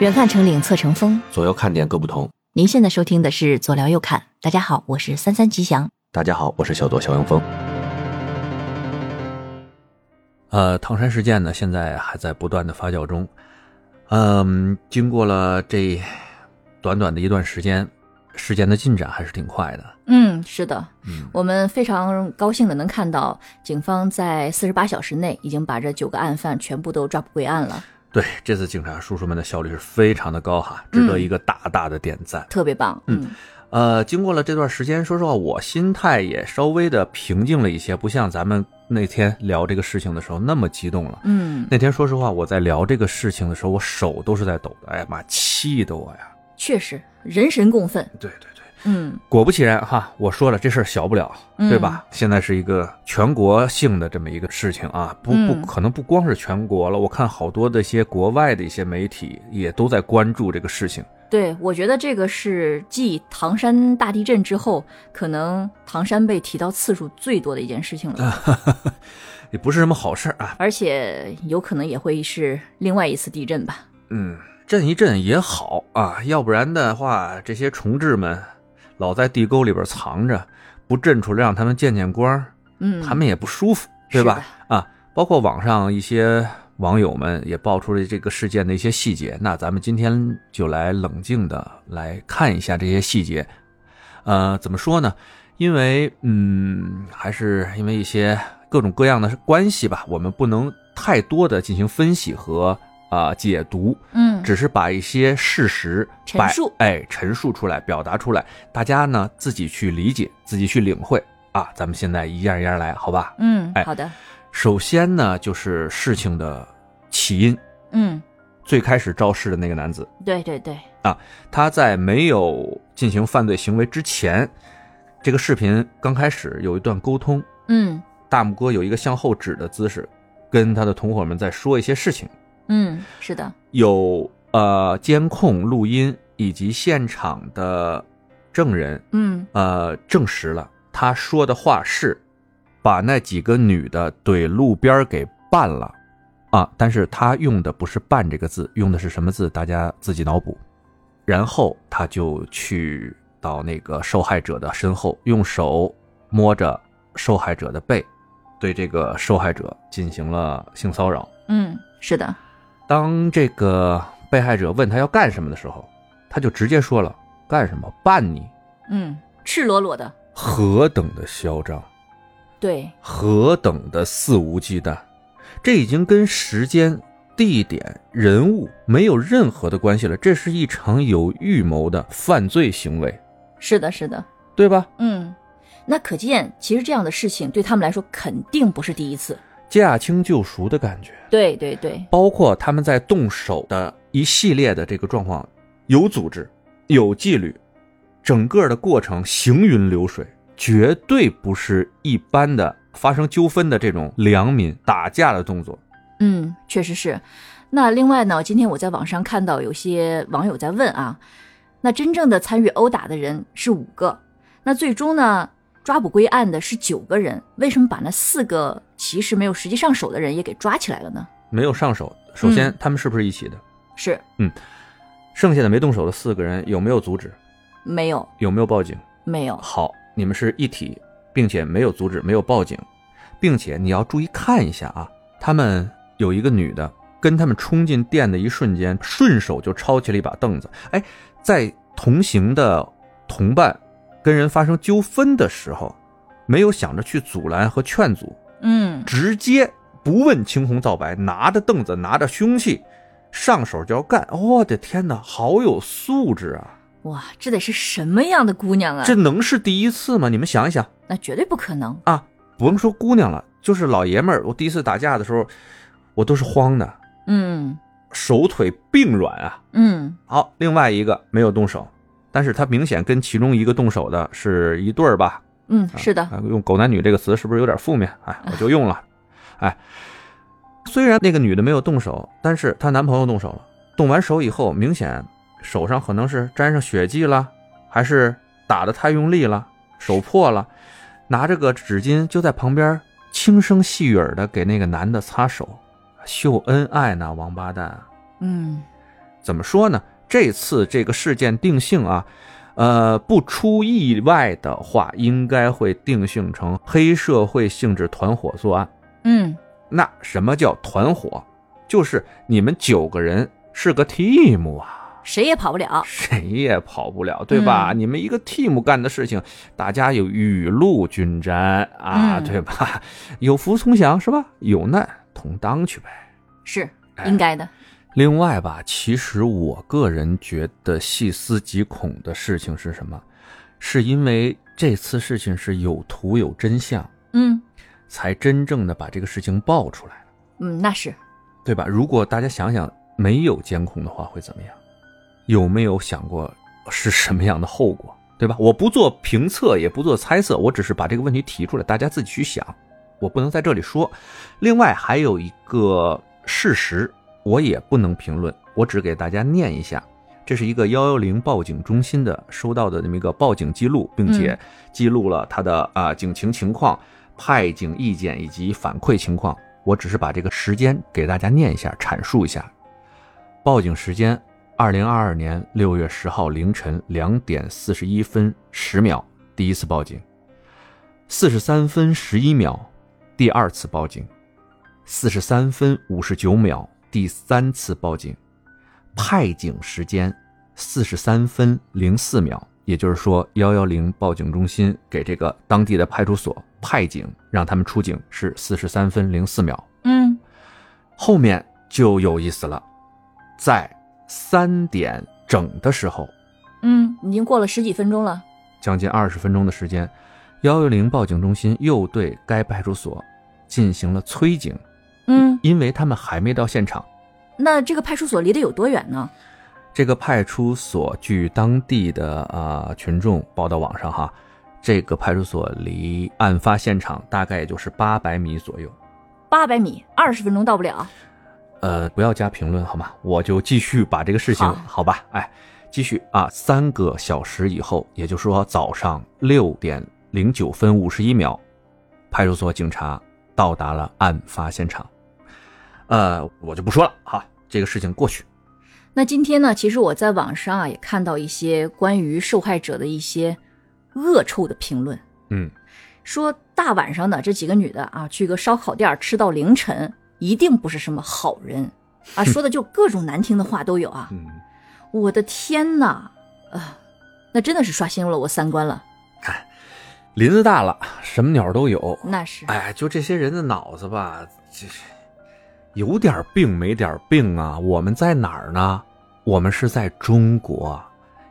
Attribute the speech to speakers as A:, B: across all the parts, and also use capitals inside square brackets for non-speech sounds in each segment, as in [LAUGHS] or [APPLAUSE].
A: 远看成岭侧成峰，
B: 左右看点各不同。
A: 您现在收听的是左聊右看。大家好，我是三三吉祥。
B: 大家好，我是小左肖阳峰。
C: 呃，唐山事件呢，现在还在不断的发酵中。嗯，经过了这短短的一段时间，事件的进展还是挺快的。
A: 嗯，是的，
C: 嗯，
A: 我们非常高兴的能看到，警方在四十八小时内已经把这九个案犯全部都抓捕归案了，
C: 对，这次警察叔叔们的效率是非常的高哈，值得一个大大的点赞。
A: 特别棒。
C: 嗯，呃，经过了这段时间，说实话，我心态也稍微的平静了一些，不像咱们那天聊这个事情的时候那么激动了。
A: 嗯，
C: 那天说实话，我在聊这个事情的时候，我手都是在抖的，哎呀妈，气得我呀！
A: 确实人神共愤。
C: 对对对，
A: 嗯，
C: 果不其然哈，我说了这事儿小不了，
A: 嗯
C: 对吧？现在是一个全国性的这么一个事情啊，不不
A: 嗯
C: 可能不光是全国了，我看好多的一些国外的一些媒体也都在关注这个事情。 [LAUGHS]
A: 对，我觉得这个是继唐山大地震之后，可能唐山被提到次数最多的一件事情
C: 啊
A: 了，
C: 也不是什么好事儿啊，
A: 而且有可能也会是另外一次地震吧。
C: 嗯，震一震也好啊，要不然的话，这些虫志们老在地沟里边藏着，不震出来让他们见见光儿，
A: 嗯，
C: 他们也不舒服，对
A: 是
C: 吧
A: 的？
C: 啊，包括网上一些网友们也爆出了这个事件的一些细节，那咱们今天就来冷静的来看一下这些细节。呃，怎么说呢？因为嗯，还是因为一些各种各样的关系吧，我们不能太多的进行分析和啊、解读，
A: 嗯，
C: 只是把一些事实
A: 陈
C: 摆
A: 述
C: 哎，陈述出来，表达出来，大家呢自己去理解，自己去领会啊。咱们现在一样一样来，好吧？
A: 嗯，
C: 哎
A: 好的，
C: 首先呢，就是事情的起因，
A: 嗯，
C: 最开始肇事的那个男子，
A: 对对对，
C: 他在没有进行犯罪行为之前，这个视频刚开始有一段沟通，
A: 嗯
C: 大拇哥有一个向后指的姿势，跟他的同伙们在说一些事情。
A: 嗯，是的，
C: 有呃监控录音以及现场的证人，
A: 嗯
C: 呃证实了他说的话是把那几个女的怼路边儿给办了啊，但是他用的不是“办”这个字，用的是什么字？大家自己脑补。然后他就去到那个受害者的身后，用手摸着受害者的背，对这个受害者进行了性骚扰。
A: 嗯，是的，
C: 当这个被害者问他要干什么的时候，他就直接说了：“干什么？办你！”
A: 嗯，赤裸裸的，
C: 何等的嚣张，
A: 对，
C: 何等的肆无忌惮，这已经跟时间、地点、人物没有任何的关系了。这是一场有预谋的犯罪行为，
A: 是的，是的，
C: 对吧？
A: 嗯，那可见其实这样的事情对他们来说肯定不是第一次。
C: 驾轻就熟的感觉。
A: 对对对，
C: 包括他们在动手的一系列的这个状况，有组织、有纪律，整个的过程行云流水，绝对不是一般的发生纠纷的这种良民打架的动作。
A: 嗯，确实是。那另外呢，今天我在网上看到有些网友在问啊，那真正的参与殴打的人是五个，那最终呢抓捕归案的是九个人，为什么把那四个其实没有实际上手的人也给抓起来了呢？
C: 没有上手，首先
A: 嗯
C: 他们是不是一起的？
A: 是
C: 剩下的没动手的四个人有没有阻止？
A: 没有
C: 有没有报警？
A: 没有，
C: 好，你们是一体，并且没有阻止，没有报警，并且你要注意看一下啊，他们有一个女的跟他们冲进店的一瞬间，顺手就抄起了一把凳子。哎，在同行的同伴跟人发生纠纷的时候，没有想着去阻拦和劝阻，
A: 嗯，
C: 直接不问青红皂白，拿着凳子，拿着凶器。上手就要干，我、的天哪，好有素质啊！
A: 哇，这得是什么样的姑娘啊？
C: 这能是第一次吗？你们想一想，
A: 那绝对不可能，
C: 啊，甭说姑娘了，就是老爷们儿，我第一次打架的时候，我都是慌的，
A: 嗯
C: 手腿并软啊。
A: 嗯
C: 好，另外一个没有动手，但是他明显跟其中一个动手的是一对儿吧？
A: 嗯，是的，
C: 啊，用“狗男女”这个词是不是有点负面？哎，我就用了。哎，虽然那个女的没有动手，但是她男朋友动手了。动完手以后，明显手上可能是沾上血迹了，还是打的太用力了，手破了，拿着个纸巾就在旁边轻声细语儿的给那个男的擦手，秀恩爱呢，王八蛋！
A: 嗯，
C: 怎么说呢？这次这个事件定性啊，呃，不出意外的话，应该会定性成黑社会性质团伙作案。
A: 嗯
C: 那什么叫团伙？就是你们九个人是个 team 啊。 [LAUGHS]
A: 谁也跑不了。
C: 谁也跑不了，对吧？你们一个 team 干的事情，大家有雨露均沾啊，
A: 嗯
C: 对吧？有福同享是吧？有难同当去呗。
A: 是应该的。
C: 另外吧，其实我个人觉得细思极恐的事情是什么？是因为这次事情是有图有真相，
A: 嗯
C: 才真正的把这个事情爆出来，
A: 嗯，那是
C: 对吧？如果大家想想没有监控的话会怎么样？有没有想过是什么样的后果，对吧？我不做评测，也不做猜测，我只是把这个问题提出来，大家自己去想，我不能在这里说。另外还有一个事实，我也不能评论，我只给大家念一下。这是一个幺幺零报警中心的收到的那么一个报警记录，并且
A: 嗯
C: 记录了他的啊、警情情况、派警意见以及反馈情况。我只是把这个时间给大家念一下，阐述一下。报警时间：二零二二年六月十号凌晨两点四十一分十秒，第一次报警；四十三分十一秒，第二次报警；四十三分五十九秒，第三次报警。派警时间四十三分零四秒，也就是说，幺幺零报警中心给这个当地的派出所派警，让他们出警是四十三分零四秒。
A: 嗯
C: 后面就有意思了，在三点整的时候，
A: 嗯，已经过了十几分钟了。
C: 将近二十分钟的时间，幺幺零报警中心又对该派出所进行了催警，
A: 嗯，
C: 因为他们还没到现场。
A: 那这个派出所离得有多远呢？
C: 这个派出所据当地的啊、呃群众报道网上哈，这个派出所离案发现场大概也就是八百米左右。
A: 八百米，二十分钟到不了。
C: 呃，不要加评论好吗？我就继续把这个事情，
A: 好
C: 好吧？哎，继续啊，三个小时以后，也就是说早上六点零九分五十一秒，派出所警察到达了案发现场。呃，我就不说了哈，这个事情过去。
A: 那今天呢，其实我在网上啊也看到一些关于受害者的一些恶臭的评论，
C: 嗯，
A: 说大晚上的这几个女的啊，去个烧烤店儿吃到凌晨，一定不是什么好人
C: [LAUGHS]
A: 啊，说的就各种难听的话都有啊。
C: 嗯，
A: 我的天呐，啊、那真的是刷新了我三观了，
C: 林子大了，什么鸟都有。
A: 那是。
C: 哎，就这些人的脑子吧，这是有点病没点病啊！我们在哪儿呢？我们是在中国，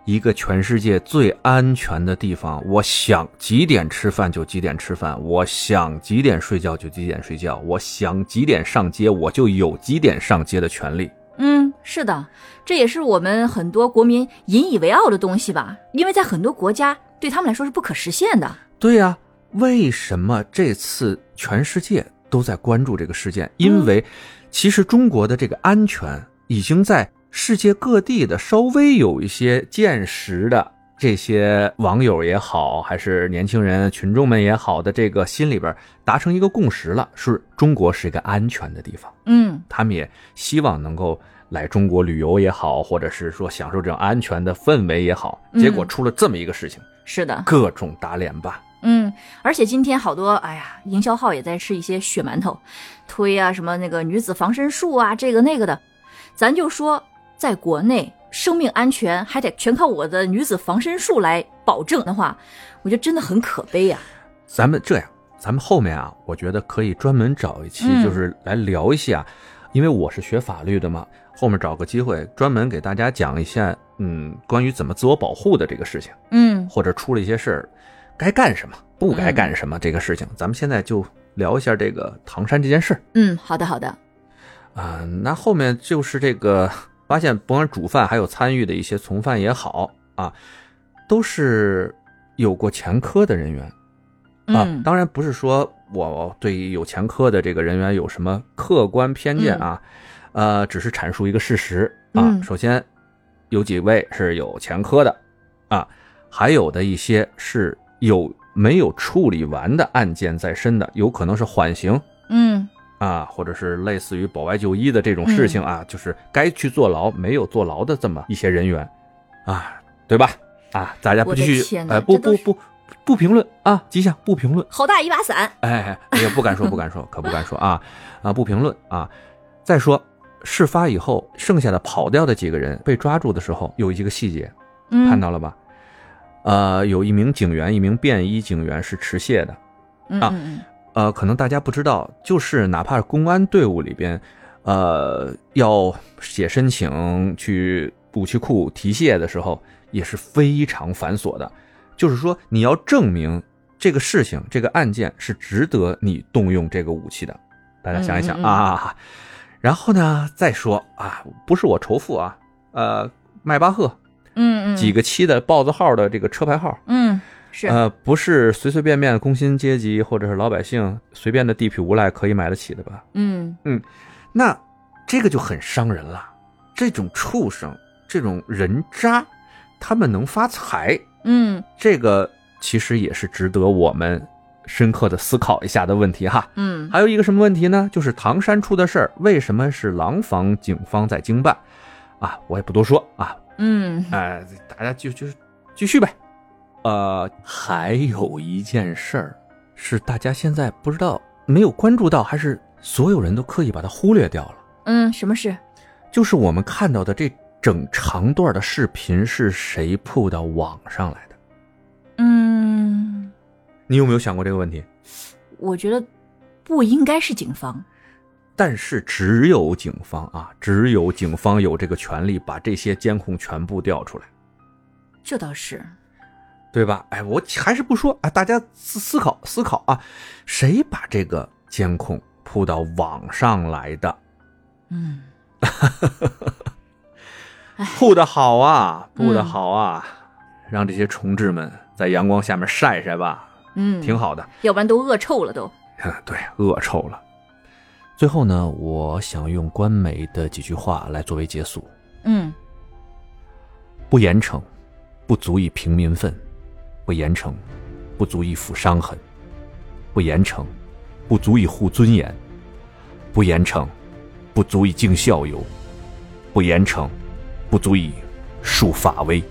C: 一个全世界最安全的地方。我想几点吃饭就几点吃饭，我想几点睡觉就几点睡觉，我想几点上街我就有几点上街的权利。
A: 嗯，是的，这也是我们很多国民引以为傲的东西吧，因为在很多国家对他们来说是不可实现的。
C: 对呀、为什么这次全世界都在关注这个事件？因为其实中国的这个安全已经在世界各地的稍微有一些见识的这些网友也好，还是年轻人群众们也好的这个心里边达成一个共识了，是中国是一个安全的地方。
A: 嗯
C: 他们也希望能够来中国旅游也好，或者是说享受这种安全的氛围也好，结果
A: 嗯
C: 出了这么一个事情，，
A: 是的，
C: 各种打脸吧。
A: 嗯，而且今天好多，哎呀，营销号也在吃一些血馒头，推啊什么那个女子防身术啊，这个那个的。咱就说，在国内生命安全还得全靠我的女子防身术来保证的话，我觉得真的很可悲呀、
C: 咱们这样，咱们后面啊，我觉得可以专门找一期
A: 嗯，
C: 就是来聊一下，因为我是学法律的嘛，后面找个机会专门给大家讲一下，嗯，关于怎么自我保护的这个事情，
A: 嗯，
C: 或者出了一些事儿，该干什么，不该干什么这个事情，咱们现在就聊一下这个唐山这件事儿
A: 嗯，好的好的，
C: 啊、那后面就是这个发现，甭管主犯还有参与的一些从犯也好啊，都是有过前科的人员。啊
A: 嗯，，
C: 当然不是说我对有前科的这个人员有什么客观偏见啊，呃，只是阐述一个事实啊。
A: 嗯
C: 首先，有几位是有前科的啊，还有的一些是有没有处理完的案件在身的，有可能是缓刑
A: 嗯
C: 啊，或者是类似于保外就医的这种事情啊，就是该去坐牢没有坐牢的这么一些人员啊，对吧？啊，大家不
A: 我的
C: 去
A: 天哪
C: 呃不
A: 这都
C: 不
A: 是
C: 不不评论啊，吉祥不评论。
A: 好大一把伞，
C: 哎，哎也不敢说，不敢说，可 [LAUGHS] 不敢说啊啊！不评论啊。再说，事发以后，剩下的跑掉的几个人被抓住的时候，有一个细节
A: 嗯，
C: 看到了吧？呃，有一名警员，一名便衣警员是持械的。
A: 嗯
C: 啊
A: 嗯嗯
C: 呃，可能大家不知道，就是哪怕是公安队伍里边，呃，要写申请去武器库提械的时候，也是非常繁琐的。就是说，你要证明这个事情、这个案件是值得你动用这个武器的。大家想一想
A: 嗯嗯嗯
C: 啊，然后呢，再说啊，不是我仇富啊，呃，迈巴赫
A: 嗯嗯，
C: 几
A: 个，
C: 个七的豹子号的这个车牌号，
A: 嗯是，
C: 呃，不是随随便便工薪阶级或者是老百姓随便的地痞无赖可以买得起的吧？
A: 嗯
C: 那这个就很伤人了。这种畜生，这种人渣，他们能发财，
A: 嗯
C: 这个其实也是值得我们深刻的思考一下的问题哈。
A: 嗯
C: 还有一个什么问题呢？就是唐山出的事儿，为什么是廊坊警方在经办？啊，我也不多说啊，
A: 嗯，
C: 哎，大家就就是继续呗。呃，还有一件事儿是大家现在不知道、没有关注到，还是所有人都刻意把它忽略掉了，
A: 嗯，什么事？
C: 就是我们看到的这整长段的视频是谁铺到网上来的？
A: 嗯，
C: 你有没有想过这个问题？
A: 我觉得不应该是警方。
C: 但是只有警方啊，只有警方有这个权利把这些监控全部调出来。
A: 这倒是，
C: 对吧？哎，我还是不说啊，大家思思考思考啊，谁把这个监控铺到网上来的？
A: 嗯，
C: 铺的好啊，铺的好啊，让这些虫子们在阳光下面晒晒吧，
A: 嗯，
C: 挺，好的。 [LAUGHS]
A: 要不然都恶臭了都。
C: 对，恶臭了。最后呢，我想用官媒的几句话来作为结束：
A: 嗯
C: 不严惩，不足以平民愤；不严惩，不足以抚伤痕；不严惩，不足以护尊严；不严惩，不足以儆效尤；不严惩，不足以树法威。